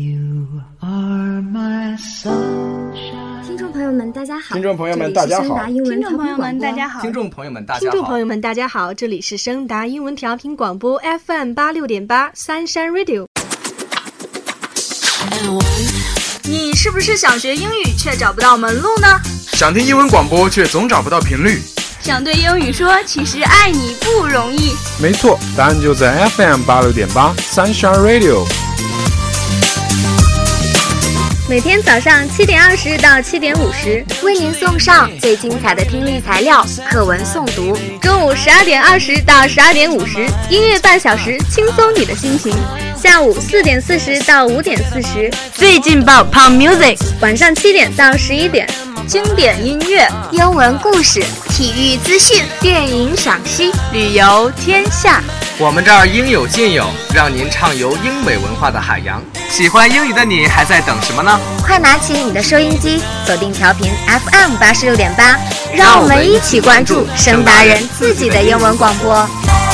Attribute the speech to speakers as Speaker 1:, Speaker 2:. Speaker 1: You are my sunshine.
Speaker 2: 听众朋友们，大家好！
Speaker 3: 听众朋友们
Speaker 2: 这里
Speaker 3: 大家
Speaker 2: 是
Speaker 3: 好
Speaker 2: 升达英文
Speaker 4: 听
Speaker 2: 调
Speaker 4: 众
Speaker 2: 频
Speaker 4: 朋友们，
Speaker 2: 广播
Speaker 4: 大家好。
Speaker 5: 听众朋友们，大
Speaker 4: 听
Speaker 5: 家
Speaker 4: 众
Speaker 5: 好
Speaker 4: 朋。友们，大家好，这里是升达英文调频广播 FM 八六点八三山 Radio。你是不是想学英语却找不到门路呢？
Speaker 6: 想听英文广播却总找不到频率，
Speaker 4: 想对英语说，其实爱你不容易。
Speaker 7: 没错，答案就在 FM 八六点八 Sunshine Radio。
Speaker 8: 每天早上七点二十到七点五十，
Speaker 2: 为您送上最精彩的听力材料、课文诵读。
Speaker 8: 中午十二点二十到十二点五十，音乐半小时，轻松你的心情。下午四点四十到五点四十，
Speaker 4: 最劲爆 p o p Music
Speaker 8: 晚上七点到十一点，
Speaker 4: 经典音乐、
Speaker 2: 英文故事、体育资讯、电影赏析，
Speaker 4: 旅游天下。
Speaker 5: 我们这儿应有尽有，让您畅游英美文化的海洋。喜欢英语的你还在等什么呢？
Speaker 2: 快拿起你的收音机，锁定调频 FM 八十六点八，
Speaker 5: 让
Speaker 2: 让我
Speaker 5: 我
Speaker 2: 们
Speaker 5: 们
Speaker 2: 一
Speaker 5: 一
Speaker 2: 起
Speaker 5: 起
Speaker 2: 关
Speaker 5: 关
Speaker 2: 注
Speaker 5: 注
Speaker 2: 升
Speaker 5: 升
Speaker 2: 达
Speaker 5: 达
Speaker 2: 人
Speaker 5: 人
Speaker 2: 自
Speaker 5: 自
Speaker 2: 己
Speaker 5: 己
Speaker 2: 的
Speaker 5: 的
Speaker 2: 英
Speaker 5: 英
Speaker 2: 文
Speaker 5: 文
Speaker 2: 广播。